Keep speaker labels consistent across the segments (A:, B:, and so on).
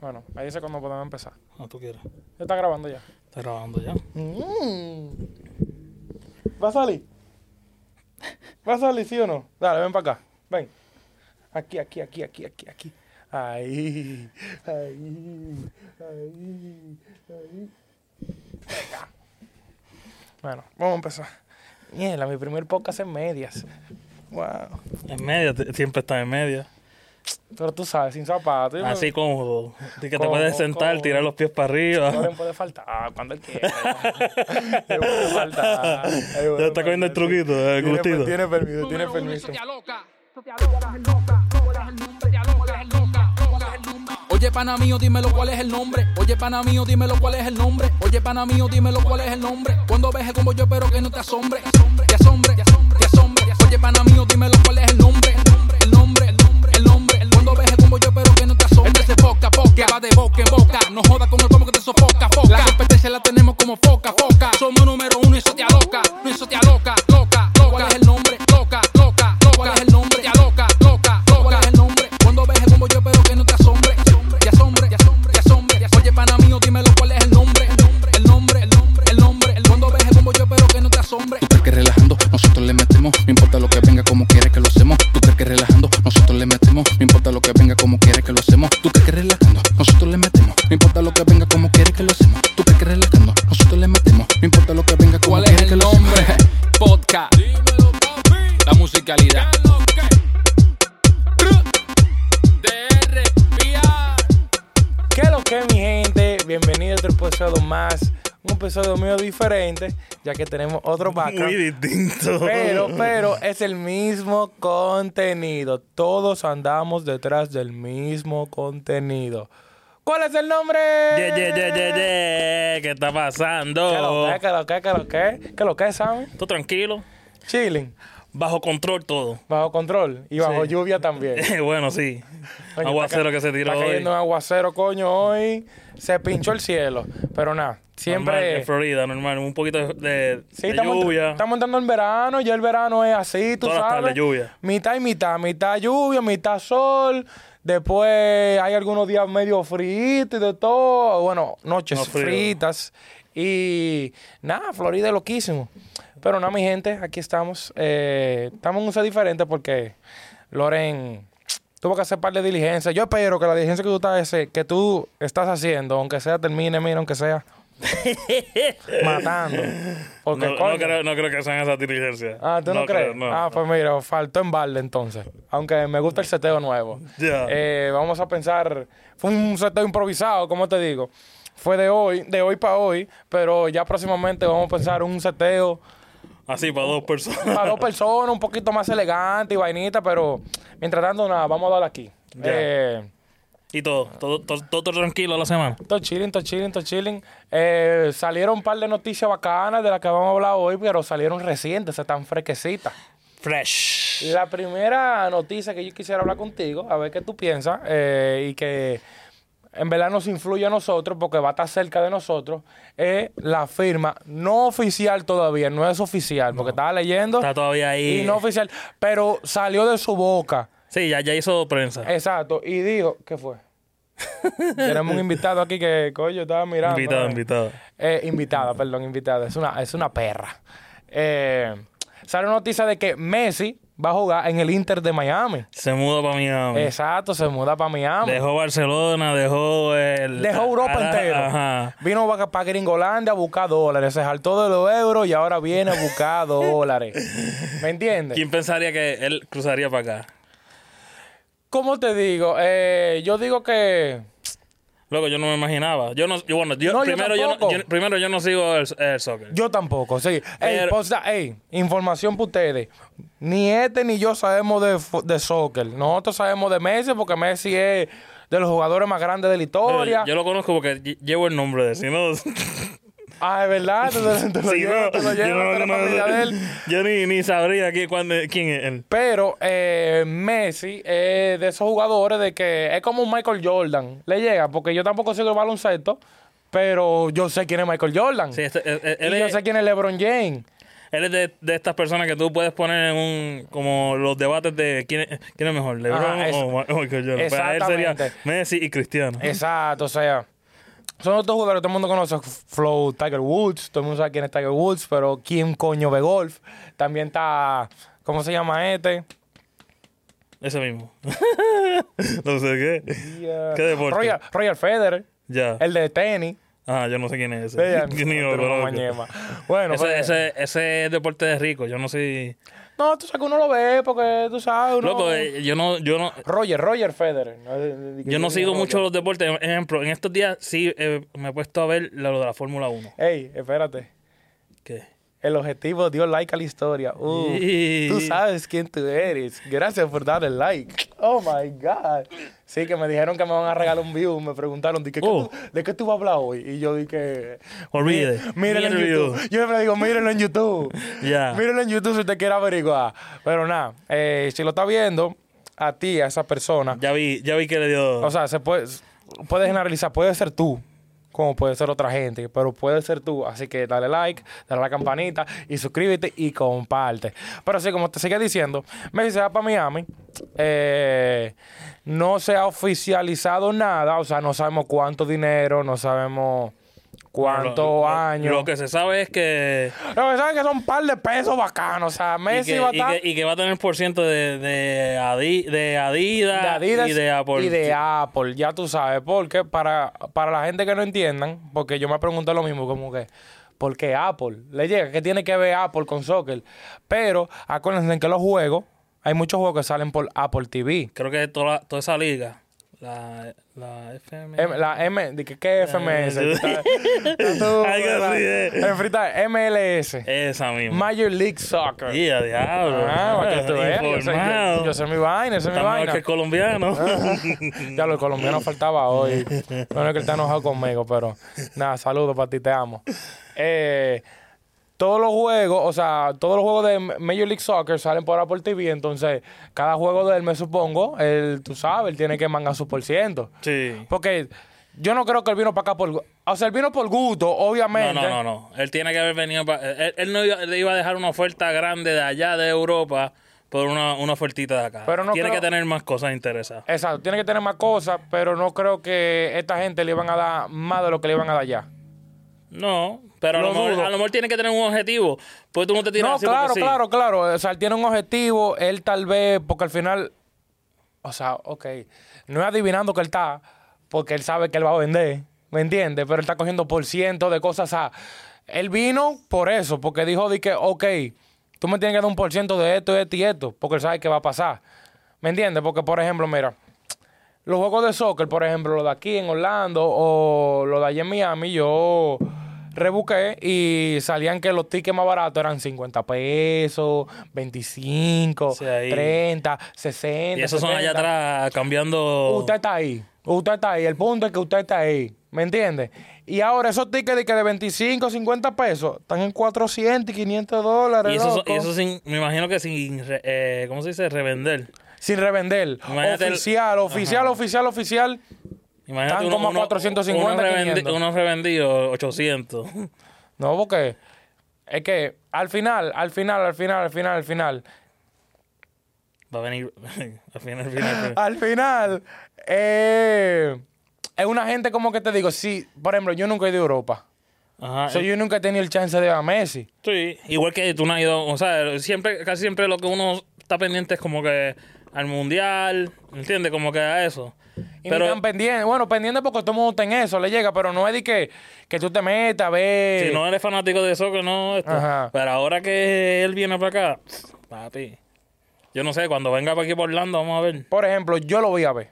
A: Bueno, ahí dice cuando podemos empezar.
B: No, tú quieres.
A: Ya está grabando ya.
B: Está grabando ya.
A: Mm. ¿Va a salir? ¿Va a salir, sí o no? Dale, ven para acá. Ven. Aquí, aquí, aquí, aquí, aquí, aquí. Ahí, ahí, ahí, ahí. Venga. Bueno, vamos a empezar. Mierda, mi primer podcast en medias. Wow.
B: En media, te- siempre está en media.
A: Pero tú sabes, sin zapatos. yo me-
B: Así cómodo. Así que te
A: Cómodo,
B: puedes sentar,
A: cómodo.
B: tirar los pies para
A: No
B: arriba.
A: le puede faltar ah, cuando él quiera. Le puede faltar.
B: Ya está cogiendo el truquito, eh, el
A: Tiene-
B: gustito.
A: Tiene permiso,
C: Número
A: tiene
C: uno,
A: permiso.
C: eso te aloca. Eso te aloca. ¿Cuál es el nombre? ¿Cuál es el nombre? Te aloca, ¿Cuál es el nombre? ¿Cuál es el nombre?
D: Oye, pana mío, dímelo cuál es el nombre. Oye, pana mío, dímelo cuál es el nombre. Oye, pana mío, dímelo cuál es el nombre. Cuando veje como yo, pero que no te asombre. Te asombre, te asombre, te asombre. Oye, pana mío, dímelo cuál es el nombre. El nombre, el nombre, el nombre. Cuando veje como yo, pero que no te asombre. Este se foca, foca, va de boca en boca. No joda con el como que te sofoca, foca. La competencia la tenemos como foca, foca. Somos número uno y eso te aloca. No eso te aloca, loca, loca. ¿Cuál es el nombre? Loca, loca, loca. ¿Cuál es el nombre? Te aloca, loca, loca. ¿Cuál es el nombre? Cuando veje como yo, pero que no te asombre. Te asombre, te asombre, te asombre. Oye, pana mío, dímelo cuál es el nombre. El nombre, el nombre, el nombre. El cuando veje como yo, pero que no te asombre.
E: Tú crees que relajando, nosotros le metemos. No importa lo que venga, como quiera que lo hacemos. Tú crees que relajando, nosotros le metemos. No importa lo que venga, como quiera que lo hacemos. Tú crees que relajando, nosotros le metemos. No importa lo que venga, como quiera que lo hacemos. Tú crees que relajando, nosotros le metemos. No importa lo que venga, como
D: ¿Cuál es
E: quiera que
D: el
E: lo
D: nombre?
E: hacemos.
D: Podcast. La musicalidad.
A: ¿Qué es lo que, mi gente? Bienvenido a otro episodio más. Un episodio mío diferente, ya que tenemos otro
B: Muy
A: background.
B: distinto.
A: Pero, pero es el mismo contenido. Todos andamos detrás del mismo contenido. ¿Cuál es el nombre?
B: Ye, ye, ye, ye, ye, ¿Qué está
A: ¿Qué lo
B: pasando?
A: que, qué lo que, qué lo que? ¿Qué lo que, Sammy?
B: Tú tranquilo.
A: Chilling.
B: Bajo control todo.
A: Bajo control y bajo
B: Sí.
A: lluvia también.
B: bueno, sí.
A: Coño, está
B: Aguacero
A: ca-
B: que se tiró
A: Está
B: hoy.
A: cayendo un aguacero, coño, hoy. Se pinchó el cielo. Pero nada,
B: Normal, en
A: siempre.
B: Florida, normal. Un poquito de, de-
A: Sí,
B: de
A: estamos,
B: lluvia.
A: estamos entrando en verano, ya el verano es así, tú
B: Todas las
A: sabes.
B: tardes lluvia.
A: Mitad y mitad, mitad lluvia, mitad sol. Después hay algunos días medio fritos y de todo. Bueno, noches
B: No frío.
A: fritas. Y nada, Florida es loquísimo. Pero nada, mi gente, aquí estamos. Eh, estamos en un set diferente porque Loren tuvo que hacer par de diligencias. Yo espero que la diligencia que tú estás, ese- que tú estás haciendo, aunque sea termine, mira, aunque sea matando. Porque,
B: Eh. No, no
A: coño,
B: creo, no creo que sean esas diligencias.
A: Ah, ¿tú no, crees?
B: creo, no.
A: ah, pues mira, faltó en balde entonces. Aunque me gusta el seteo nuevo.
B: Ya.
A: Eh, vamos a pensar. Fue un seteo improvisado, como te digo. Fue de hoy, de hoy para hoy, pero ya próximamente vamos a pensar un seteo
B: Así, para dos personas.
A: para dos personas, un poquito más elegante y vainita, pero mientras tanto, nada, vamos a dar aquí.
B: Ya.
A: Eh,
B: Y todo, todo, todo, todo tranquilo la semana.
A: Todo chilling, todo chilling, todo chilling. Eh, salieron un par de noticias bacanas de las que vamos a hablar hoy, pero salieron recientes, están fresquecitas.
B: Fresh.
A: La primera noticia que yo quisiera hablar contigo, a ver qué tú piensas, eh, y que en verdad nos influye a nosotros, porque va a estar cerca de nosotros, es la firma no oficial todavía, no es oficial, porque estaba leyendo
B: Está todavía ahí.
A: y no oficial, pero salió de su boca.
B: Sí, ya, ya hizo prensa.
A: Exacto, y dijo, ¿qué fue? Tenemos un invitado aquí que, coño, estaba mirando.
B: Invitado,
A: ¿no?
B: invitado.
A: Eh, invitada, perdón, invitada. Es una, es una perra. Eh, sale una noticia de que Messi va a jugar en el Inter de Miami.
B: Se mudó para Miami.
A: Eh, Exacto, se muda para Miami. Dejó,
B: Dejó Barcelona, dejó el...
A: Europa
B: Ara-
A: entera.
B: Ajá.
A: Vino para Gringolandia a buscar dólares. Se saltó de los euros y ahora viene a buscar dólares. ¿Me entiendes?
B: ¿Quién pensaría que él cruzaría para acá?
A: ¿Cómo te digo? Eh, yo digo que.
B: Loco, yo no me imaginaba. Yo no... yo- bueno, yo-
A: No, yo
B: primero, yo no-
A: tampoco.
B: yo- primero yo no sigo el, el soccer.
A: Yo tampoco, sí. Ey,
B: Pero-
A: posta- ey, información para ustedes. Ni este ni yo sabemos de, fu- de soccer. Nosotros sabemos de Messi porque Messi es de los jugadores más grandes de la
B: Pero
A: historia.
B: yo, yo lo conozco porque lle- llevo el nombre de él. Si no... si
A: Ah, es verdad. Te, lo- te lo llevo,
B: no,
A: te lo
B: yo
A: llevo,
B: no-
A: te lo
B: no-
A: familia de él.
B: yo ni, ni sabría aquí cuándo- quién es él.
A: Pero eh, Messi es de esos jugadores de que es como un Michael Jordan. Le llega, porque yo tampoco sigo el baloncesto, pero yo sé quién es Michael Jordan.
B: Sí, este- eh, eh,
A: Y
B: él
A: yo
B: es-
A: sé quién es LeBron James.
B: Él es de, de estas personas que tú puedes poner en un. Como los debates de quién es, quién es mejor, LeBron
A: Ajá, es-
B: o Ma- o Michael Jordan. Pues a él sería
A: Exactamente. Eh.
B: Messi y Cristiano.
A: Exacto, o sea. Son los dos jugadores, todo el mundo conoce Flow, Tiger Woods, todo el mundo sabe quién es Tiger Woods, pero ¿quién coño ve golf? También está, ¿cómo se llama este?
B: Ese mismo. no sé qué.
A: Y, eh,
B: ¿Qué deporte?
A: Roger, Roger Federer,
B: Ya.
A: el de tenis.
B: Ah, yo no sé quién es
A: Vean,
B: ese. Ni lo
A: otro
B: conozco.
A: mañema. Bueno,
B: Ese,
A: pues,
B: ese, ese es deporte de rico. Yo no sé.
A: no, tú sabes que uno lo ve porque tú sabes. uno-
B: Loco, eh, yo no, yo no,
A: Roger, Roger Federer. No, eh, eh,
B: yo no
A: que-
B: sigo
A: Roger.
B: mucho los deportes. Por ejemplo, en estos días sí eh, me he puesto a ver lo de la Fórmula 1.
A: Ey, espérate.
B: ¿Qué?
A: El objetivo dio like a la historia. Uh,
B: Y-
A: Tú sabes quién tú eres. Gracias por darle like. Oh my God. Sí, que me dijeron que me van a regalar un view. Me preguntaron, ¿de qué, qué
B: Oh.
A: tú- ¿de qué tú vas a hablar hoy? Y yo dije,
B: Olvide.
A: mírenlo en
B: Mira el
A: YouTube.
B: video.
A: Yo siempre digo, mírenlo en YouTube.
B: Ya.
A: Mírenlo en YouTube si usted quiere averiguar. Pero nada, eh, si lo está viendo, a ti, a esa persona,
B: Ya vi, ya vi que le dio.
A: o sea, se puede, puedes generalizar, puede ser tú, como puede ser otra gente, pero puede ser tú. Así que dale like, dale a la campanita y suscríbete y comparte. Pero así como te sigue diciendo, Messi se va para Miami. eh, no se ha oficializado nada, o sea, no sabemos cuánto dinero, no sabemos cuántos
B: Lo- lo-
A: años.
B: Lo que se sabe es que.
A: Lo que saben que son un par de pesos bacanos. O sea,
B: Y
A: Messi
B: que,
A: va a
B: y
A: estar.
B: que- y que va a tener por ciento de, de, Adi- de Adidas,
A: de Adidas
B: Ah, y de Apple.
A: y de Apple, ya tú sabes, porque para, para la gente que no entiendan, porque yo me pregunto lo mismo, como que, ¿por qué Apple? Le llega, ¿qué tiene que ver Apple con soccer? Pero acuérdense que los juegos, hay muchos juegos que salen por Apple TV.
B: Creo que toda, toda esa liga. La, la FM.
A: M- la M, de que- ¿qué FMS?
B: Eh,
A: Está- está tú,
B: Algo
A: ¿verdad?
B: así de-
A: En frita, MLS,
B: eh. esa misma.
A: Major League Soccer.
B: Y a diablo.
A: Ah, para que tú veas, yo sé-
B: Informado.
A: Yo, yo sé mi vaina, yo sé mi
B: Está mejor
A: vaina.
B: que el colombiano.
A: Ya lo colombiano faltaba hoy. Bueno, es que él está enojado conmigo, pero nada, saludos para ti, te amo. Eh, todos los juegos, o sea, todos los juegos de Major League Soccer salen por Apple TV, entonces cada juego de él, me supongo, él, tú sabes, él tiene que mangar su por ciento.
B: sí.
A: Porque yo no creo que él vino para acá por... gu- O sea, él vino por gusto,
B: No,
A: obviamente.
B: no, no, no. Él tiene que haber venido pa- eh, Él, él no iba, le iba a dejar una oferta grande de allá de Europa por una, una ofertita de acá.
A: Pero no
B: tiene
A: creo-
B: que tener más cosas interesadas.
A: Exacto, tiene que tener más cosas, pero no creo que esta gente le iban a dar más de lo que le iban a dar ya.
B: No, pero a
A: Lo
B: lo, mejor,
A: dudo.
B: a lo mejor tiene que tener un objetivo. Pues tú no te tiras
A: No,
B: así porque
A: claro,
B: sí.
A: claro, claro. O sea, él tiene un objetivo. Él tal vez, porque al final, o sea, ok, no es adivinando que él está, porque él sabe que él va a vender, ¿me entiendes? Pero él está cogiendo por ciento de cosas. O sea, él vino por eso, porque dijo de que, ok, tú me tienes que dar un por ciento de esto, esto y esto, porque él sabe que va a pasar. ¿Me entiendes? Porque, por ejemplo, mira, los juegos de soccer, por ejemplo, lo de aquí en Orlando o lo de allá en Miami, yo rebusqué y salían que los tickets más baratos eran 50 pesos, 25,
B: Sí, ahí.
A: 30, 60.
B: Y esos son allá
A: 70.
B: atrás cambiando.
A: Usted está ahí. Usted está ahí. El punto es que usted está ahí. ¿Me entiende? Y ahora esos tickets de que de 25, 50 pesos están en 400 y 500 dólares.
B: Y eso,
A: loco,
B: y eso sin, me imagino que sin, re- eh, ¿cómo se dice? Revender.
A: sin revender.
B: Imagínate el-
A: Oficial, oficial, oficial, oficial.
B: Imagínate
A: Están como a 450,
B: unos revendi-
A: 500.
B: unos revendidos 800.
A: No, porque es que al final, al final, al final, al final, al final,
B: Va a venir al final, al final.
A: al final, eh, es una gente como que te digo, sí, por ejemplo, yo nunca he ido a Europa.
B: Ajá.
A: So, yo nunca he tenido el chance de ver a Messi.
B: Sí, igual que tú no has ido, o sea, siempre, casi siempre lo que uno está pendiente es como que al mundial, ¿entiendes? Como que a eso.
A: Y no
B: Pero
A: están pendientes. Bueno, pendientes porque todo el mundo está en eso, le llega, pero no es de que, que tú te metas a ver.
B: si no eres fanático de eso, que no, esto.
A: Ajá.
B: Pero ahora que él viene para acá, papi, yo no sé, cuando venga para aquí por Orlando, vamos a ver.
A: Por ejemplo, yo lo voy a ver.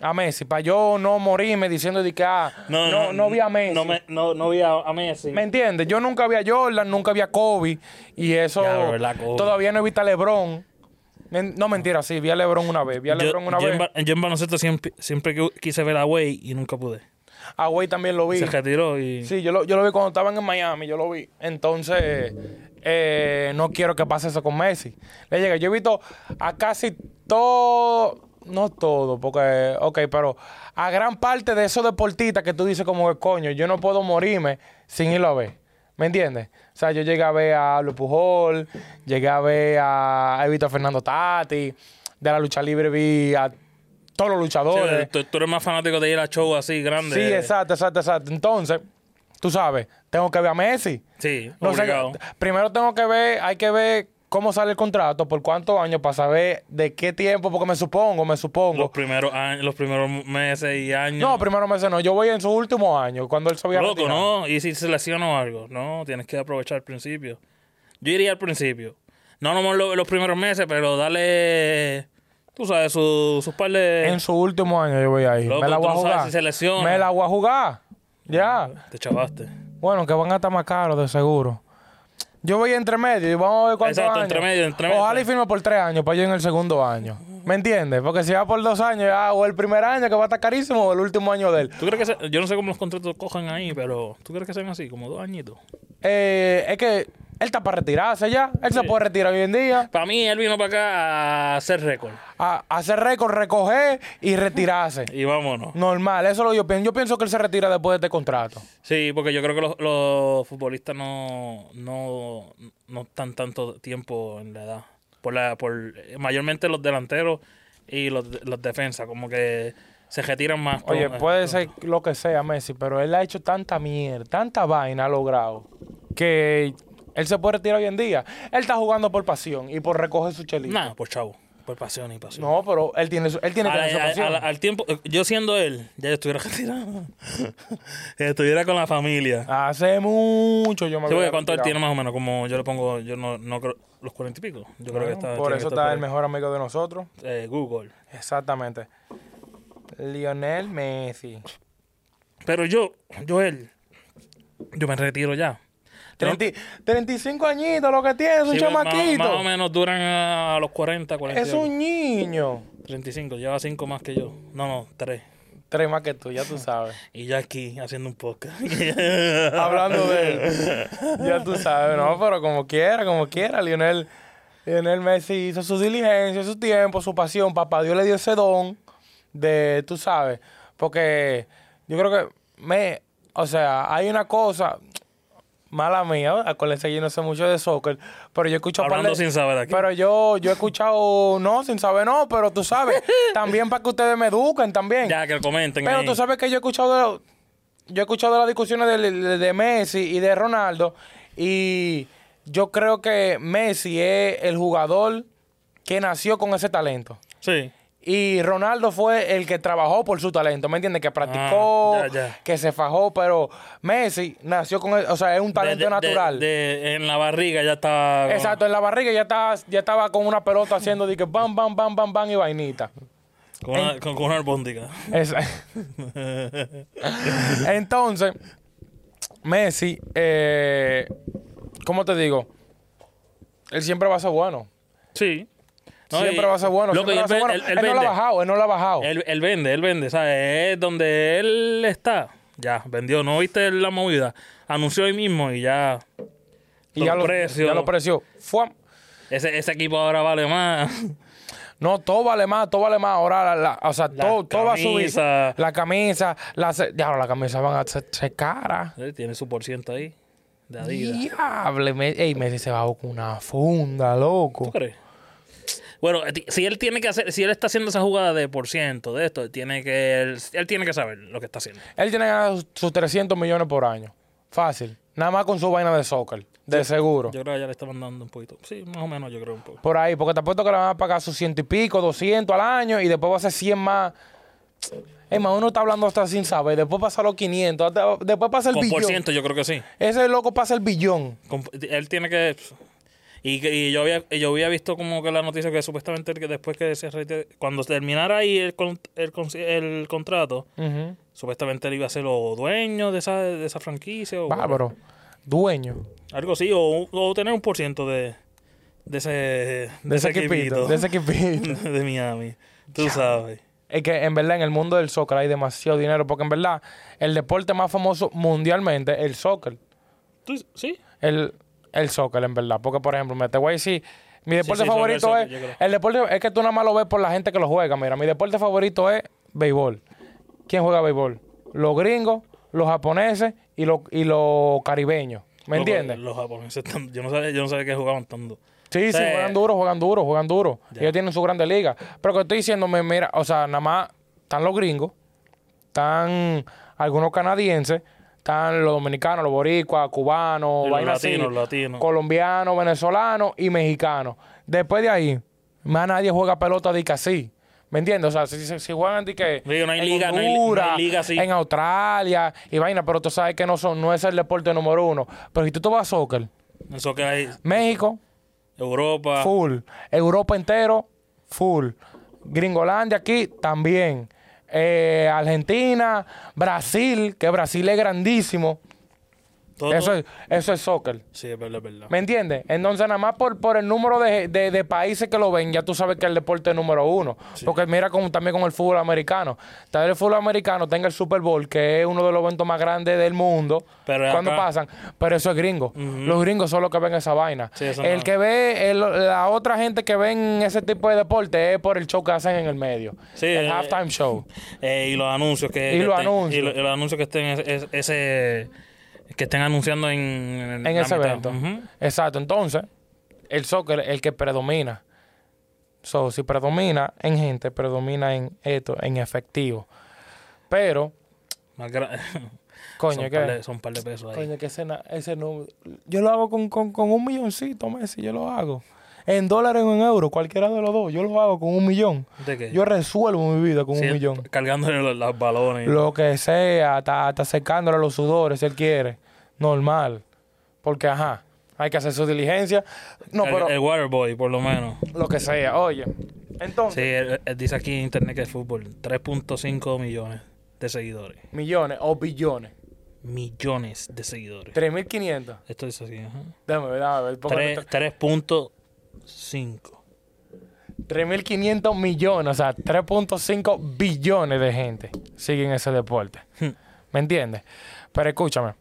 A: A Messi, para yo no morirme diciendo de que ah, no, no, vi a Messi.
B: No, me- no, no vi a, a Messi.
A: ¿Me entiendes? Yo nunca vi a Jordan, nunca vi a Kobe. Y eso
B: Ya, bro, la Kobe.
A: todavía no he visto a LeBron. Men- No, mentira, sí, vi a LeBron una vez. Vi a
B: yo,
A: LeBron una
B: yo en,
A: vez.
B: ba- yo en baloncesto siempre, siempre que- quise ver a Wade y nunca pude.
A: A Wade también lo vi.
B: Se retiró y...
A: Sí, yo lo, yo lo vi cuando estaban en Miami, yo lo vi. Entonces, eh, no quiero que pase eso con Messi. Le llega, yo he visto a casi todo, no todo, porque, ok, pero a gran parte de esos deportistas que tú dices como que coño, yo no puedo morirme sin irlo a ver. ¿Me ¿Me entiendes? O sea, yo llegué a ver a Luis Pujol, llegué a ver a a Evita Fernando Tati, de la lucha libre vi a todos los luchadores.
B: tú, tú eres más fanático de ir a show así, grande.
A: Sí, exacto, exacto, exacto. Entonces, tú sabes, tengo que ver a Messi.
B: Sí,
A: No sé,
B: obligado.
A: primero tengo que ver, hay que ver cómo sale el contrato, por cuántos años, para saber de qué tiempo, porque me supongo, me
B: los,
A: supongo.
B: primeros años, los primeros meses y años.
A: No, primero meses no, yo voy en su último año, cuando él se había
B: Loco,
A: retirado.
B: ¿no? Y si se lesionó algo, no, tienes que aprovechar al principio. Yo iría al principio. No nomás lo- los primeros meses, pero dale, tú sabes, su- sus par de...
A: En su último año yo voy ahí.
B: Loco,
A: me la voy a
B: tú no sabes
A: jugar.
B: si se lesiona.
A: Me la voy a jugar. Ya.
B: Te chavaste.
A: Bueno, que van a estar más caros de seguro. Yo voy entre medio y vamos a ver cuántos
B: Exacto,
A: años.
B: entre medio, entre medio.
A: Ojalá y firme por tres años para yo en el segundo año. ¿Me entiendes? Porque si va por dos años, ya, o el primer año que va a estar carísimo, o el último año de él.
B: ¿Tú crees que se- Yo no sé cómo los contratos cojan ahí, pero ¿tú crees que sean así, como dos añitos?
A: Eh, es que él está para retirarse ya. Él se puede retirar hoy en día.
B: Para mí, él vino para acá a hacer récord.
A: A, a hacer récord, recoger y retirarse.
B: Y vámonos.
A: Normal, eso es lo que yo pienso. Yo pienso que él se retira después de este contrato.
B: Sí, porque yo creo que los, los futbolistas no, no, no están tanto tiempo en la edad. Por la, por, mayormente los delanteros y los, de- los defensas, como que se retiran más.
A: Oye, pues,
B: Pero-
A: puede ser lo que sea Messi, pero él ha hecho tanta mierda, tanta vaina ha logrado que él se puede retirar hoy en día. Él está jugando por pasión y por recoger su chelito.
B: Nada, por chavo, por pues pasión y pasión.
A: No, pero él tiene su, él tiene que
B: Al-
A: tener su
B: al-
A: pasión.
B: al- al tiempo, yo siendo él, ya yo estuviera retirado. estuviera con la familia.
A: Hace mucho yo me
B: Sí, porque
A: había
B: ¿Cuánto él
A: retirado.
B: tiene más o menos? Como yo le pongo, yo no, no creo, los cuarenta y pico. Yo creo que este está.
A: Por
B: tiene
A: eso
B: que
A: está
B: estar
A: el mejor amigo de nosotros.
B: por ahí. Eh, Google.
A: Exactamente. Lionel Messi.
B: Pero yo, Joel, yo me retiro ya. Yo no-
A: 30 35 añitos lo que tiene, es un
B: Sí, más-
A: chamaquito.
B: Más, o menos duran a los 40, 40.
A: es un niño.
B: 35, lleva 5 más que yo. No, no, 3.
A: Tres más que tú, ya tú sabes.
B: Y yo aquí haciendo un podcast.
A: hablando de él. Ya tú sabes, no, pero como quiera, como quiera, Lionel, Lionel Messi hizo su diligencia, su tiempo, su pasión. Papá Dios le dio ese don de, tú sabes, porque yo creo que me, o sea, hay una cosa. Mala mía, acuérdense que yo no sé mucho de soccer, pero yo escucho
B: Hablando
A: par de-
B: sin saber aquí.
A: Pero yo, yo he escuchado, no, sin saber no, pero tú sabes, también para que ustedes me eduquen también.
B: ya que comenten.
A: Pero
B: ahí.
A: tú sabes que yo he escuchado de, lo- yo he escuchado las discusiones de, de- de Messi y de Ronaldo y yo creo que Messi es el jugador que nació con ese talento.
B: Sí.
A: Y Ronaldo fue el que trabajó por su talento, ¿me entiendes? Que practicó,
B: Ah, ya, ya.
A: que se fajó, pero Messi nació con, el- o sea, es un talento
B: De- de-
A: natural.
B: de- de- en la barriga ya está. ¿no?
A: Exacto, en la barriga ya estaba, ya estaba con una pelota haciendo de que bam, bam, bam, bam, bam y vainita.
B: Con una, con, con una albóndiga.
A: Esa- Entonces, Messi, eh, ¿cómo te digo? Él siempre va a ser bueno.
B: Sí. No,
A: siempre
B: y-
A: va a ser bueno.
B: Lo que
A: siempre va a ser
B: él,
A: bueno.
B: él,
A: Él no
B: vende. Eh,
A: lo ha bajado, él no lo ha bajado.
B: Él, él vende, él vende, ¿sabes? Es donde él está. Ya, vendió. ¿No viste la movida? Anunció hoy mismo y ya.
A: y ya
B: los
A: lo,
B: precios.
A: ya lo preció. Fue-
B: Ese, ese equipo ahora vale más.
A: No, todo vale más, todo vale más. Ahora, la, la- o sea, todo, todo va a subir.
B: camisa.
A: La camisa, la, ce- ya, la camisa van a ser, ser cara.
B: Eh, Tiene su por ciento ahí. De Adidas.
A: Diable, Me- ey, Messi se va con una funda, loco.
B: ¿Tú crees? Bueno, eh, ti- si él tiene que hacer, si él está haciendo esa jugada de por ciento de esto, tiene que él, él tiene que saber lo que está haciendo.
A: Él tiene ganado sus 300 millones por año. Fácil. Nada más con su vaina de soccer. De seguro.
B: Yo creo que ya le estaban dando un poquito. Sí, más o menos, yo creo un poco.
A: Por ahí. Porque te apuesto que le van a pagar sus ciento y pico, 200 al año. Y después va a ser 100 más. Es más, uno está hablando hasta sin saber. Después pasa los 500. hasta- Después pasa el
B: Con por
A: billón.
B: ciento, yo creo que sí.
A: Ese loco pasa el billón.
B: Comp- Él tiene que. Y, que- y yo, había, yo había visto como que la noticia que supuestamente él que después que se retire- cuando terminara ahí el, con- el, con- el contrato,
A: Ujú.
B: supuestamente él iba a ser o dueño de esa, de esa franquicia o
A: Bárbaro. Dueño
B: algo así, o, o tener un por ciento de, de ese, de
A: de ese equipito. De ese equipito.
B: de Miami. Tú sabes.
A: Es que en verdad en el mundo del soccer hay demasiado dinero. Porque en verdad el deporte más famoso mundialmente es el soccer.
B: ¿Tú, ¿Sí?
A: el, el soccer, en verdad. Porque, por ejemplo, me te voy a decir, mi deporte
B: sí,
A: favorito
B: soccer,
A: es.
B: soccer, yo creo.
A: El deporte es que tú nada más lo ves por la gente que lo juega. Mira, mi deporte favorito es béisbol. ¿Quién juega béisbol? Los gringos, los japoneses y los, y los caribeños. ¿Me
B: Loco,
A: entiendes?
B: Los japoneses están. Yo no sabía, yo no sabía que jugaban tanto.
A: Sí,
B: O
A: sí,
B: sea,
A: juegan duro, juegan duro, juegan duro.
B: Ya.
A: Ellos tienen su grande liga. Pero que estoy diciendo, me- mira, o sea, nada más están los gringos, están algunos canadienses, están los dominicanos, los boricuas, cubanos,
B: Y los
A: vainas así,
B: latinos, los latinos.
A: colombianos, venezolanos y mexicanos. Después de ahí, más nadie juega pelota de que así. ¿Me entiendes? O sea, si, si- si juegan de que
B: Digo, no hay
A: en
B: liga, no hay- no hay
A: Honduras,
B: liga así.
A: en Australia y vaina, pero tú sabes que no son, no es el deporte número uno. Pero si tú te vas a soccer,
B: Eso que hay.
A: México,
B: Europa.
A: full. Europa entero, full. Gringolandia aquí también. Eh, Argentina, Brasil, que Brasil es grandísimo.
B: todo,
A: Eso es, eso es soccer.
B: Sí, es verdad, es verdad.
A: ¿Me entiendes? Entonces, nada más por, por el número de, de- de países que lo ven, ya tú sabes que el deporte es número uno. Porque mira con, también con el fútbol americano. Tal vez el fútbol americano tenga el Super Bowl, que es uno de los eventos más grandes del mundo.
B: Pero
A: cuando
B: acá-
A: pasan. Pero eso es gringo. Los gringos son los que ven esa vaina.
B: Sí, eso
A: el
B: no.
A: que ve, el- la otra gente que ven ese tipo de deporte es por el show que hacen en el medio.
B: Sí,
A: el
B: eh,
A: halftime show.
B: Eh, y los anuncios que.
A: Y
B: que
A: los
B: estén-
A: anuncios.
B: Y, lo- y los anuncios que estén. es- es- ese que estén anunciando en. En,
A: en
B: la
A: ese
B: mitad.
A: evento.
B: Ujú.
A: Exacto. Entonces, el soccer es el que predomina. So, si predomina en gente, predomina en esto, en efectivo. Pero,
B: Más gra-
A: coño,
B: son, par
A: que,
B: de, son par de pesos ahí.
A: coño, que ese, na- ese no. Yo lo hago con, con, con un milloncito, Messi, yo lo hago. En dólares o en euros, cualquiera de los dos, yo lo hago con un millón.
B: ¿De qué?
A: Yo resuelvo mi vida con
B: Sí,
A: un millón.
B: Cargándole los, los balones.
A: Lo que sea, hasta, hasta secándole los sudores si él quiere. Normal. Porque, ajá, hay que hacer su diligencia. No,
B: El-
A: pero.
B: el Waterboy, por lo menos.
A: lo que sea, oye.
B: Sí,
A: Entonces,
B: él- él dice aquí en internet que es fútbol. 3.5 millones de seguidores.
A: millones o billones.
B: Millones de seguidores.
A: 3.500.
B: Esto dice aquí, ajá.
A: Déjame ver, déjame ver. porque
B: Tres- 3.5.
A: no te- 3.500 millones, o sea, 3.5 billones de gente siguen ese deporte.
B: Hmm.
A: ¿Me entiendes? Pero escúchame,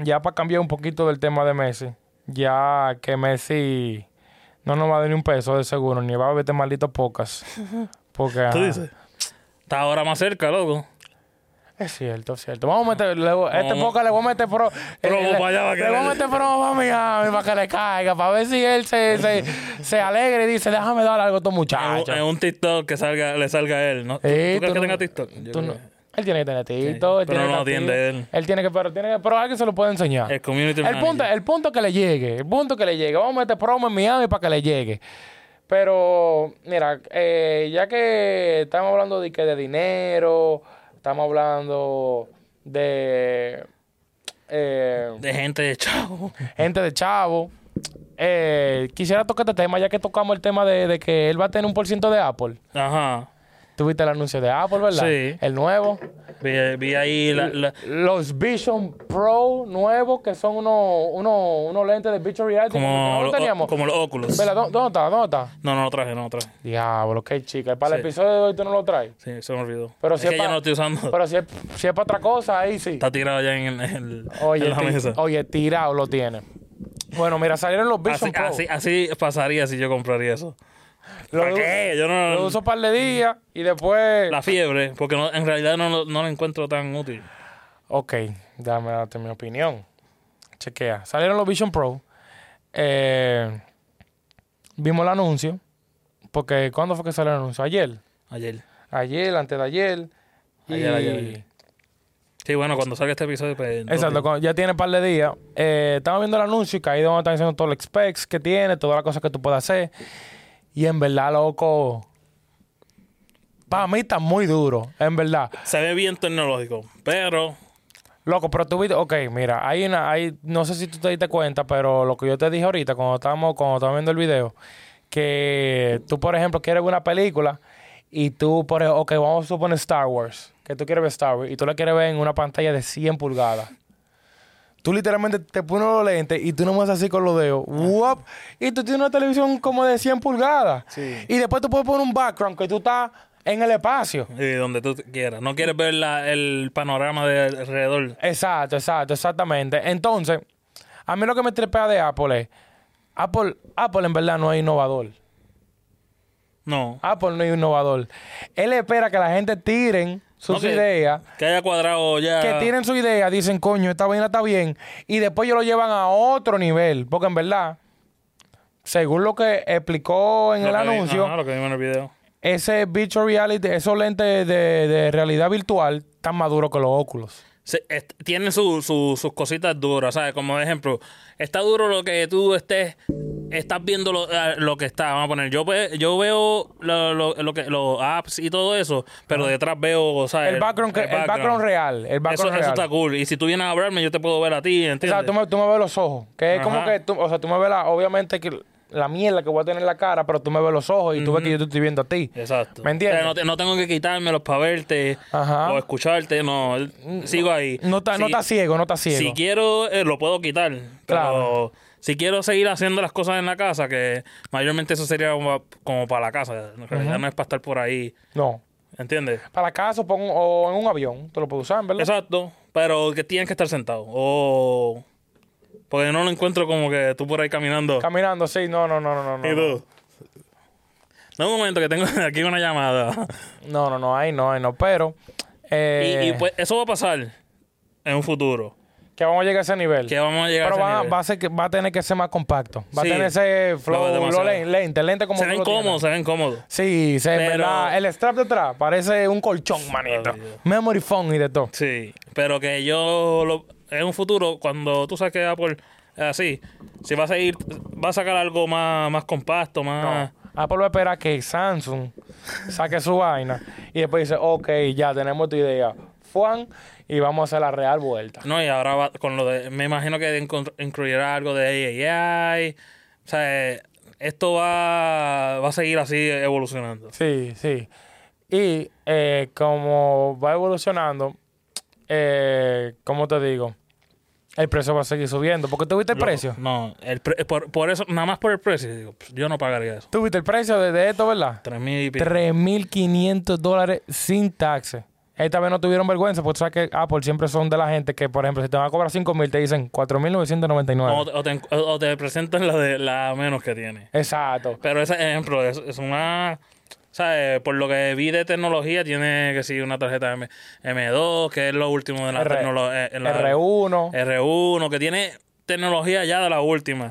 A: ya para cambiar un poquito del tema de Messi, ya que Messi no nos va a dar ni un peso de seguro, ni va a verte maldito pocas. Porque,
B: ¿Tú
A: ajá,
B: dices? Está ahora más cerca, loco.
A: Es cierto, es cierto. Vamos a meter, le voy- este
B: Vamos.
A: podcast le voy a meter pro.
B: Promo
A: le,
B: pa' allá, pa' que
A: le voy a
B: le-
A: meter promo a Miami para que le caiga, para ver si él se, se, se alegra y dice, déjame dar algo a estos
B: En,
A: muchachos.
B: un- en un TikTok que salga, le salga a él, ¿no? ¿Tú,
A: Eh,
B: tú crees
A: tú
B: que
A: no-
B: tenga TikTok? Yo
A: Tú
B: creo
A: no-
B: que-
A: él tiene que tener tito, él
B: pero
A: tiene
B: no lo
A: que tener
B: atiende
A: tito.
B: él.
A: Él tiene que, pero tiene que, pero alguien se lo puede enseñar.
B: El community
A: El punto,
B: manager.
A: el punto que le llegue, el punto que le llegue. Vamos a meter promo en Miami para que le llegue. Pero, mira, eh, ya que estamos hablando de, que de dinero, estamos hablando de eh,
B: De gente de chavo.
A: gente de chavo, eh, quisiera tocar este tema, ya que tocamos el tema de, de que él va a tener un por ciento de Apple.
B: Ajá.
A: Tuviste el anuncio de Apple, ¿verdad?
B: Sí.
A: El nuevo.
B: Vi, vi ahí la, la-
A: Los Vision Pro nuevos, que son unos unos unos lentes de Virtual Reality.
B: como,
A: no
B: lo-
A: teníamos.
B: como los Oculus.
A: Vela, ¿dó- ¿dónde está? ¿Dónde está?
B: No, no lo traje, no lo traje.
A: Diablo, qué chica. Para el
B: Sí.
A: episodio de hoy tú no lo traes.
B: Sí, se me olvidó.
A: Pero
B: es
A: si
B: que
A: es
B: ya
A: pa-
B: no lo estoy usando.
A: Pero si es, si es para otra cosa, ahí sí.
B: Está tirado ya en, en el-
A: Oye, oh,
B: en la
A: ti-
B: mesa.
A: oye, tirado lo tiene. Bueno, mira, salieron los Vision
B: Así,
A: Pro.
B: así, así pasaría si yo compraría eso.
A: Lo
B: ¿Para
A: uso-
B: qué? Yo no.
A: Lo uso un par de días y después.
B: La fiebre, porque no- en realidad no, lo- no lo encuentro tan útil.
A: Ok, dame darte mi opinión. Chequea. Salieron los Vision Pro. Eh, vimos el anuncio. Porque, ¿cuándo fue que salió el anuncio? Ayer.
B: Ayer.
A: Ayer, antes de ayer. Y-
B: Ayer, ayer, ayer. Sí, bueno, cuando salga este episodio, pues. entonces-
A: Exacto, cuando- ya tiene un par de días. Eh, estaba viendo el anuncio y que ahí donde están diciendo todos los specs que tiene, todas las cosas que tú puedes hacer. Y en verdad, loco. Para mí está muy duro, en verdad.
B: Se ve bien tecnológico, pero.
A: Loco, pero tú viste, ok, mira, hay una, hay, no sé si tú te diste cuenta, pero lo que yo te dije ahorita cuando estábamos, cuando estábamos viendo el video, que tú, por ejemplo, quieres ver una película y tú, por ejemplo, ok, vamos a suponer Star Wars, que tú quieres ver Star Wars y tú la quieres ver en una pantalla de 100 pulgadas. Tú literalmente te pones los lentes y tú nomás así con los dedos. ¡Wop! Y tú tienes una televisión como de 100 pulgadas. Y después tú puedes poner un background que tú estás en el espacio.
B: eh, donde tú quieras. No quieres ver la- el panorama de alrededor.
A: Exacto, exacto, exactamente. Entonces, a mí lo que me tripea de Apple es, Apple, Apple en verdad no es innovador.
B: No.
A: Ah, Apple no es innovador. Él espera que la gente tiren sus
B: Ok. Ah.
A: ideas,
B: Que haya cuadrado ya.
A: que tienen su idea, dicen, coño, esta vaina está bien, y después ellos lo llevan a otro nivel, porque en verdad, según lo que explicó en
B: lo
A: el
B: que vi-
A: anuncio,
B: ajá, lo que vimos en el video.
A: ese virtual reality, esos lentes de, de realidad virtual, tan maduros que los óculos.
B: Se- est- tienen su- su- sus cositas duras, ¿sabes? Como ejemplo, está duro lo que tú estés, estás viendo lo, ah, lo que está, vamos a poner, yo, ve- yo veo lo, lo- lo que, los apps y todo eso, pero detrás veo, ¿sabes?
A: El background, que- el background. real, el
B: Eso,
A: background
B: eso
A: real.
B: está cool. Y si tú vienes a hablarme, yo te puedo ver a ti,
A: O
B: ¿entiendes?
A: sea, tú me, tú me ves los ojos. Que es como
B: Ajá.
A: que tú, o sea, tú me ves la, obviamente que la mierda que voy a tener en la cara, pero tú me ves los ojos y tú ves que yo te estoy viendo a ti.
B: Exacto.
A: ¿Me entiendes?
B: O sea, no, te- no tengo que quitármelos para verte
A: Ajá.
B: o escucharte, no. Sigo ahí.
A: No está, no
B: Si-
A: está ciego, no está ciego.
B: Si quiero, eh, lo puedo quitar.
A: Claro.
B: Pero si quiero seguir haciendo las cosas en la casa, que mayormente eso sería como, como para la casa. En realidad no es para estar por ahí.
A: No.
B: ¿Entiendes?
A: Para casa pon- o en un avión, tú lo puedes usar, ¿verdad?
B: Exacto. Pero que tienes que estar sentado. O. Porque no lo encuentro como que tú por ahí caminando.
A: Caminando, sí, no, no, no, no, no.
B: y
A: no.
B: tú. No, un momento, que tengo aquí una llamada.
A: No, no, no, ahí no, ahí no. Pero eh,
B: Y, y pues eso va a pasar en un futuro.
A: que vamos a llegar a ese nivel.
B: Que vamos a llegar
A: pero
B: a ese
A: va,
B: nivel.
A: va a ser que- va a tener que ser más compacto. Va
B: Sí.
A: a tener ese
B: Lo
A: flow,
B: veo
A: lo
B: demasiado.
A: lente, lente, lente como
B: Se
A: tú
B: ven
A: lo tienes.
B: cómodos, se ven cómodos.
A: Sí, se
B: Pero-
A: verdad, el strap detrás parece un colchón, manito.
B: Ay, Dios.
A: Memory foam y de todo.
B: Sí, pero que yo lo- en un futuro, cuando tú saques Apple eh, así, si vas a ir, va a sacar algo más, más compacto, más...
A: Apple va a esperar que Samsung saque su vaina y después dice, ok, ya tenemos tu idea, Juan, y vamos a hacer la real vuelta.
B: No, y ahora va con lo de... Me imagino que encon- incluirá algo de AI. O sea, eh, esto va, va a seguir así evolucionando.
A: Sí, sí. Y eh, como va evolucionando, eh, ¿cómo te digo? El precio va a seguir subiendo. Porque tuviste el precio.
B: No, el pre- por, por eso, nada más por el precio, digo, pues, yo no pagaría eso.
A: Tuviste el precio de, de esto, ¿verdad?
B: Tres mil y pico.
A: 3.500 dólares sin taxes. Esta vez no tuvieron vergüenza, porque tú sabes que Apple siempre son de la gente que, por ejemplo, si te van a cobrar 5.000, te dicen 4.999.
B: O, te- o te, en- o te presentan la, de, la menos que tiene.
A: Exacto.
B: Pero ese ejemplo es, es una. ¿Sabes? Por lo que vi de tecnología, tiene que sí una tarjeta M M2, que es lo último de la
A: R-
B: tecnología.
A: R1.
B: R1, que tiene tecnología ya de la última.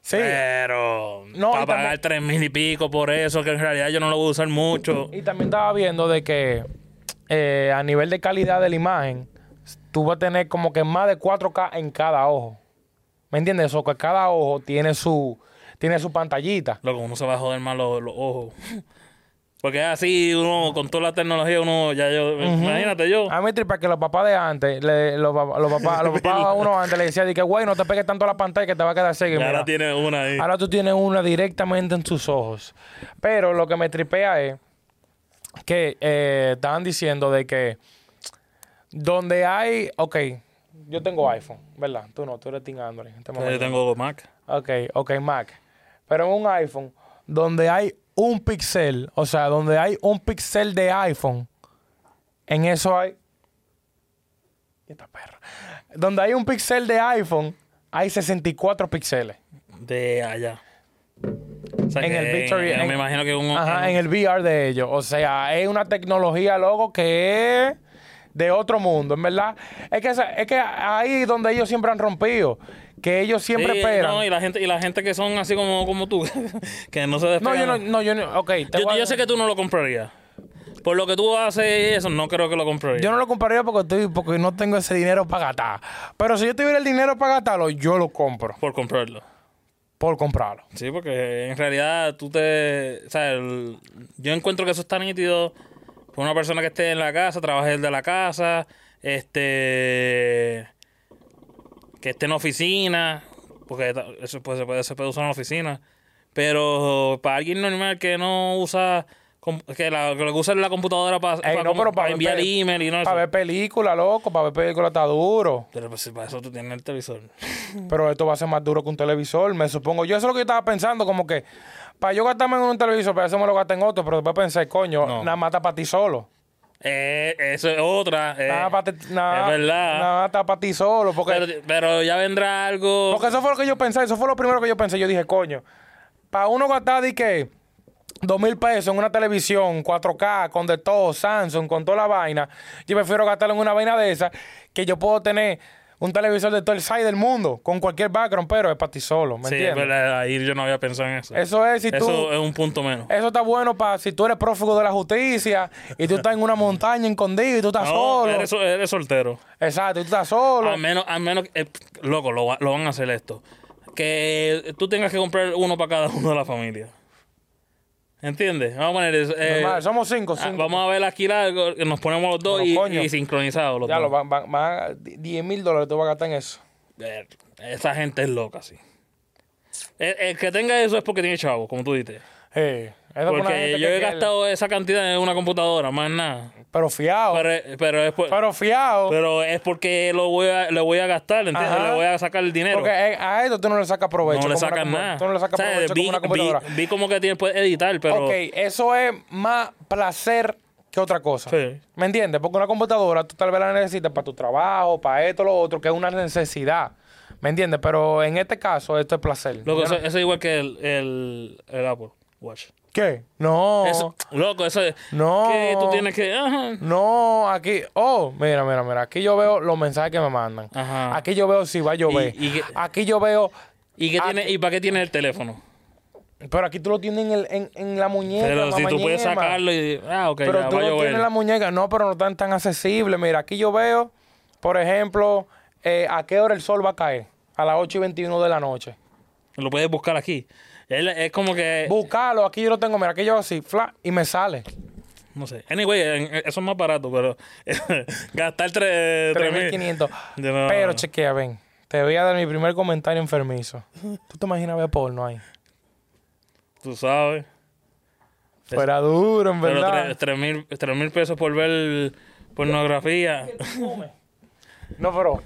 A: sí.
B: Pero.
A: No, y
B: para
A: también-
B: pagar tres mil y pico por eso, que en realidad yo no lo voy a usar mucho.
A: Y también estaba viendo de que eh, a nivel de calidad de la imagen, tú vas a tener como que más de 4K en cada ojo. ¿Me entiendes? O que cada ojo tiene su, tiene su pantallita.
B: Lo que uno se va a joder más los, los ojos. Porque es así, uno con toda la tecnología, uno ya yo. Imagínate yo.
A: A mí tripa que los papás de antes, le- los, pap- los papás, los papás a uno antes le decían de que, güey, no te pegues tanto a la pantalla que te va a quedar ciego.
B: y
A: Y
B: ahora
A: mira, Ah,
B: tiene una ahí.
A: Ahora tú tienes una directamente en tus ojos. Pero lo que me tripea es que eh, estaban diciendo de que donde hay. Ok, yo tengo iPhone, ¿verdad? Tú no, tú eres Team Android. en este
B: Pero yo
A: momento.
B: tengo Mac.
A: Ok, ok, Mac. Pero en un iPhone, donde hay un pixel, o sea, donde hay un pixel de iPhone, en eso hay. Esta perra. Donde hay un pixel de iPhone, hay 64 píxeles.
B: de allá. O sea,
A: En
B: que
A: el Victory-
B: en-
A: en-
B: me imagino que un,
A: Ajá, en
B: un-
A: el VR de ellos. O sea, es una tecnología, loco, que es de otro mundo, en verdad. Es que, esa- es que ahí es donde ellos siempre han rompido. Que ellos siempre
B: Sí,
A: esperan.
B: no, y la gente y la gente que son así como, como tú que no se despegan.
A: No, yo no, no, yo no. Ok, te
B: yo,
A: voy a-
B: yo sé que tú no lo comprarías. Por lo que tú haces y eso, no creo que lo comprarías.
A: Yo no lo compraría porque, estoy, porque no tengo ese dinero para gastar. Pero si yo tuviera el dinero para gastarlo, yo lo compro
B: por comprarlo.
A: por comprarlo.
B: Sí, porque en realidad tú te, o sea, el- yo encuentro que eso está nítido por una persona que esté en la casa, trabaje desde la casa, este que esté en oficina, porque ta- eso pues, se, puede, se puede usar en la oficina. Pero para alguien normal que no usa, com- que, la, que lo que usa es la computadora para,
A: Ey, no, pero para
B: enviar
A: ver, pe-
B: email y no
A: Para ver
B: eso.
A: película, loco, para ver película está duro.
B: Pero pues, si para eso tú tienes el televisor.
A: Pero esto va a ser más duro que un televisor, me supongo. Yo eso es lo que yo estaba pensando, como que para yo gastarme en un televisor, para eso me lo gasté en otro, pero después pensé, coño,
B: No.
A: nada más está para ti solo.
B: Eh, eso es otra. eh.
A: Nada, para ti, nada,
B: es verdad.
A: nada más está para ti solo. Porque,
B: pero, pero ya vendrá algo.
A: porque eso fue lo que yo pensé, eso fue lo primero que yo pensé. Yo dije, coño, para uno gastar, di que Dos mil pesos en una televisión 4K con de todo, Samsung, con toda la vaina. Yo prefiero gastarlo en una vaina de esa que yo puedo tener un televisor de todo el size del mundo con cualquier background, pero es para ti solo. ¿Me
B: Sí, es
A: entiendes?
B: verdad, pues, ahí yo no había pensado en eso.
A: Eso es si tú.
B: Eso es un punto menos.
A: Eso está bueno para si tú eres prófugo de la justicia y tú estás en una montaña escondido y tú estás
B: No,
A: solo.
B: eres, sol- eres soltero.
A: Exacto, y tú estás solo.
B: Al menos, al menos eh, loco, lo, va- lo van a hacer esto. Que tú tengas que comprar uno para cada uno de la familia. ¿Entiendes? Vamos a poner eso. eh,
A: Normal, somos cinco,
B: ah,
A: cinco.
B: vamos a ver aquí largo, que nos ponemos los dos
A: Pero,
B: y,
A: coño.
B: y sincronizados los
A: ya lo
B: dos.
A: van, van, van a- 10 mil dólares te vas a gastar en eso.
B: Eh, Esa gente es loca, sí. El, el que tenga eso es porque tiene chavo, como tú dices.
A: Eh, eso para una gente
B: Porque yo
A: que
B: he
A: quiere-
B: gastado esa cantidad en una computadora, más nada.
A: Pero fiado. Oh. Pero,
B: Pero, pero es por-
A: fiado.
B: pero es porque lo voy a, le voy a gastar, ¿entiendes?
A: Ajá.
B: Le voy a sacar el dinero.
A: porque eh, a esto tú no le sacas provecho.
B: no le
A: como una
B: sacan
A: compu-
B: nada.
A: Tú no le sacas
B: O sea,
A: provecho
B: vi,
A: como una
B: vi-
A: computadora.
B: vi como que tiene, puede editar, pero.
A: ok, eso es más placer que otra cosa.
B: Sí.
A: ¿Me entiendes? Porque una computadora tú tal vez la necesitas para tu trabajo, para esto, lo otro, que es una necesidad. ¿Me entiendes? Pero en este caso, esto es placer.
B: Loco,
A: Yo
B: eso,
A: no-
B: eso es igual que el, el, el Apple Watch.
A: ¿Qué? No.
B: Eso, loco, eso es.
A: No.
B: Que tú tienes que. Ajá.
A: No, aquí. Oh, mira, mira, mira. Aquí yo veo los mensajes que me mandan.
B: Ajá.
A: Aquí yo veo si va a llover.
B: Y- y que-
A: aquí yo veo.
B: ¿Y, qué
A: Ah,
B: tiene, ¿Y para qué tiene el teléfono?
A: Pero aquí tú lo tienes en, el- en- en la muñeca.
B: Pero si tú puedes
A: mamañema.
B: sacarlo y. Ah, ok,
A: Pero
B: ya,
A: tú
B: va a
A: lo
B: llover.
A: tienes en la muñeca. No, pero no están tan accesibles. Mira, aquí yo veo, por ejemplo, eh, a qué hora el sol va a caer. A las 8 y 21 de la noche.
B: Lo puedes buscar aquí. Él- es como que.
A: Buscarlo, aquí yo lo tengo. Mira, aquí yo hago así, fla, y me sale.
B: No sé. Anyway, en- en- eso es más barato, pero. gastar tres- tres mil-
A: 3.500.
B: Yo no-
A: Pero chequea, ven. Te voy a dar mi primer comentario enfermizo. ¿Tú te imaginas ver porno ahí?
B: Tú sabes.
A: Fuera duro, en
B: Pero
A: verdad.
B: tres- tres mil- tres mil pesos por ver pornografía.
A: No, pero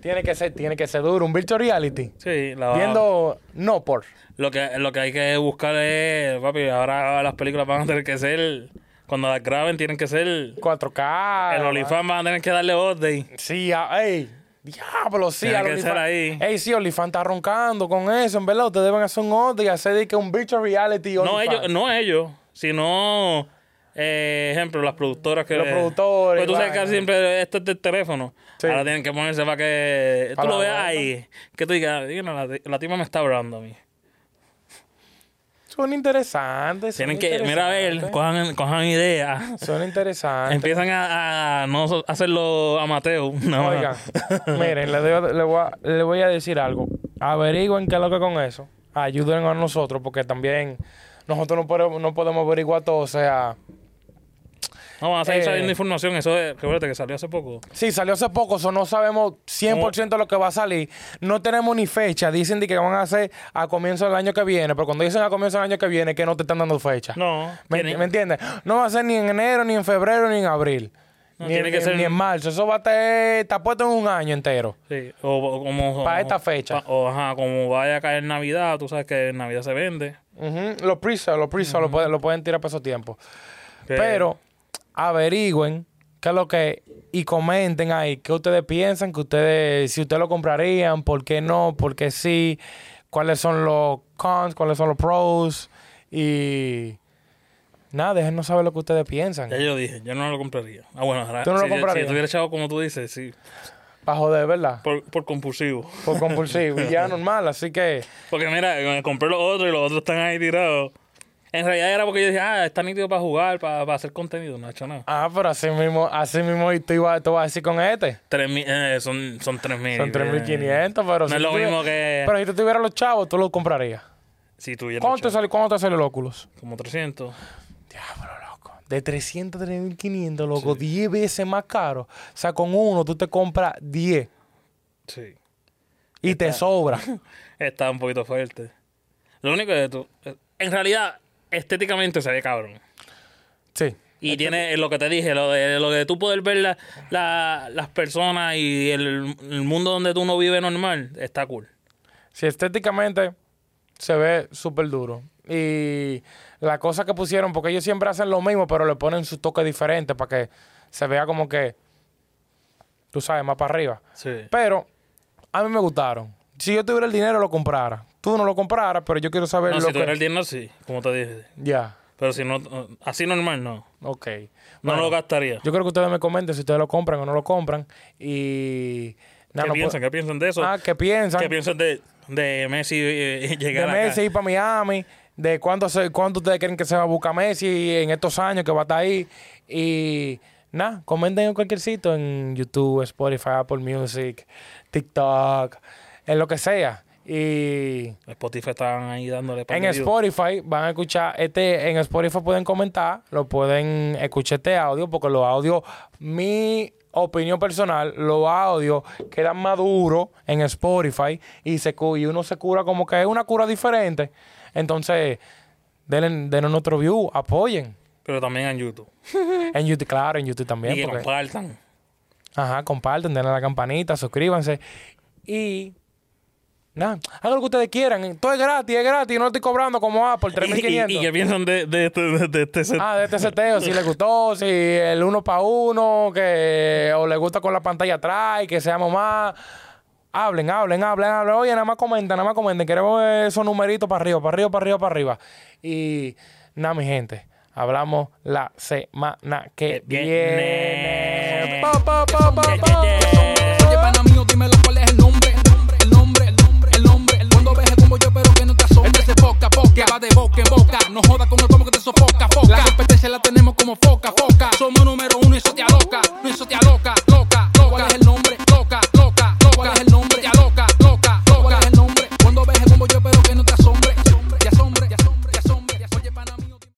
A: tiene que ser, tiene que ser duro. Un virtual reality.
B: Sí, la
A: Viendo no por.
B: Lo que, lo que hay que buscar es, papi, ahora las películas van a tener que ser, cuando las graben tienen que ser, el
A: 4K.
B: OnlyFans van a tener que darle update.
A: Sí, a- ey. Diablo, sí,
B: Tiene
A: al
B: que ser
A: OnlyFans.
B: ahí.
A: Ey, sí, OnlyFans está roncando con eso, en verdad. Ustedes van a hacer un otro y hacer de que un virtual reality.
B: No
A: OnlyFans.
B: ellos, no ellos, sino, eh, ejemplo, las productoras que...
A: Los productores,
B: Pues tú sabes
A: vaina.
B: que siempre esto es del teléfono.
A: Sí.
B: Ahora tienen que ponerse para que
A: Para
B: tú lo
A: la
B: veas
A: boca.
B: ahí. Que tú digas, "Digo, no, la, la tima me está hablando a mí.
A: Son interesantes. son
B: Tienen que, mira, a ver,
A: interesantes.
B: cojan, cojan ideas.
A: Son interesantes.
B: Empiezan a, a no so- hacerlo amateur. No,
A: Oigan, miren, le, doy- le voy a, le voy a decir algo. Averigüen qué es lo que con eso. Ayuden a nosotros, porque también nosotros no podemos, no podemos averiguar todo. O sea,
B: No, van a seguir
A: Eh.
B: saliendo información. Eso es, recuerda que salió hace poco.
A: sí, salió hace poco, so no sabemos 100% de lo que va a salir. No tenemos ni fecha. Dicen de que van a hacer a comienzo del año que viene, pero cuando dicen a comienzo del año que viene, que no te están dando fecha.
B: No.
A: ¿Me,
B: tiene,
A: me entiendes? No va a ser ni en enero, ni en febrero, ni en abril.
B: No,
A: ni,
B: tiene
A: en,
B: que
A: ni-
B: ser-
A: ni en marzo. Eso va a estar está puesto en un año entero.
B: sí, o, o como.
A: Pa'
B: o-
A: esta fecha.
B: pa- o ajá, como vaya a caer Navidad, tú sabes que en Navidad se vende.
A: Ujú, Los pre-sales, los pre lo, pueden, lo pueden tirar para esos tiempos.
B: que-
A: Pero averigüen qué es lo que y comenten ahí qué ustedes piensan, que ustedes si ustedes lo comprarían, por qué no, por qué sí, cuáles son los cons, cuáles son los pros y nada, déjenos saber lo que ustedes piensan.
B: Ya yo dije, yo no lo compraría. Ah, bueno, ahora.
A: ¿Tú no lo
B: si, yo-
A: comprarías?
B: Si tuviera echado como tú dices, sí.
A: Para joder, ¿verdad?
B: Por, por compulsivo.
A: Por compulsivo y ya normal, así que
B: Porque mira, eh, compré los otros y los otros están ahí tirados. En realidad era porque yo dije, ah, está nítido para jugar, para, para hacer contenido. No ha hecho nada.
A: ah, pero así mismo, así mismo y tú ibas tú vas a decir con este.
B: Tres mil- eh, son, son 3.000.
A: Son
B: eh.
A: 3.500, pero...
B: No es lo
A: tú tuvi-
B: mismo que-
A: Pero si tú tuvieras los chavos, tú los comprarías.
B: Si tuviera.
A: ¿Cuánto te
B: echado
A: sale, cuánto te sale el Oculus?
B: Como 300.
A: Diablo, loco. De 300 a 3.500, loco. 10 veces más caro. O sea, con uno tú te compras 10
B: Sí.
A: y te sobra.
B: Está un poquito fuerte. Lo único que tú. En realidad, estéticamente se ve cabrón.
A: sí.
B: Y tiene lo que te dije, lo de, lo de tú poder ver la- la- las personas y el, el mundo donde tú no vives normal, está cool.
A: Si estéticamente se ve súper duro. Y la cosa que pusieron, porque ellos siempre hacen lo mismo, pero le ponen su toque diferente para que se vea como que, tú sabes, más para arriba.
B: Sí.
A: Pero a mí me gustaron. Si yo tuviera el dinero, lo comprara. tú no lo compraras, pero yo quiero saber
B: No,
A: lo
B: si
A: que.
B: tuviera el dinero, sí, como te dije.
A: Ya,
B: Pero si no, eh, así normal, no.
A: ok.
B: No
A: Bueno,
B: lo gastaría.
A: Yo creo que ustedes me comenten si ustedes lo compran o no lo compran. Y.
B: ¿Qué
A: nada, no
B: piensan? ¿Qué piensan de eso?
A: puedo- Ah, ¿qué piensan?
B: ¿Qué piensan de, de Messi eh,
A: de
B: llegar a
A: Messi ir para Miami, de cuánto, se- cuánto ustedes creen que se va a buscar Messi en estos años que va a estar ahí. Y nada, comenten en cualquier sitio, en YouTube, Spotify, Apple Music, TikTok, en lo que sea. Y
B: Spotify estaban ahí dándole par
A: en
B: de views.
A: Spotify van a escuchar este, en Spotify pueden comentar, lo pueden escuchar este audio, porque los audios, mi opinión personal, los audios quedan maduros en Spotify y, se, cu- y uno se cura como que es una cura diferente. Entonces, denle, denos nuestro view, apoyen.
B: Pero también en YouTube.
A: En YouTube, claro, en YouTube también.
B: y que
A: porque-
B: compartan.
A: Ajá, comparten, denle a la campanita, suscríbanse. Y. Nada, hagan lo que ustedes quieran. Todo es gratis, es gratis. No lo estoy cobrando como Apple,
B: ¿Y, y, y
A: 3500.
B: qué piensan de, de, este- de, de este set?
A: Ah, de este seteo, si les gustó, si el uno para uno, que o les gusta con la pantalla atrás y que seamos más. Hablen, hablen, hablen, hablen. Oye, nada más comenten, nada más comenten. Queremos ver esos numeritos para arriba, para arriba, para arriba, para arriba. Y nada, mi gente. Hablamos la semana que
B: viene.
A: viene. Pa, pa, pa, pa, pa.
D: Oye, pana mío, dímelo cuál es el nombre. El nombre, el nombre, el nombre. Cuando veje como yo, espero que no te asombres. Este se poca, poca, va de boca en boca. No joda con el como que te sofoca, foca. La competencia la tenemos.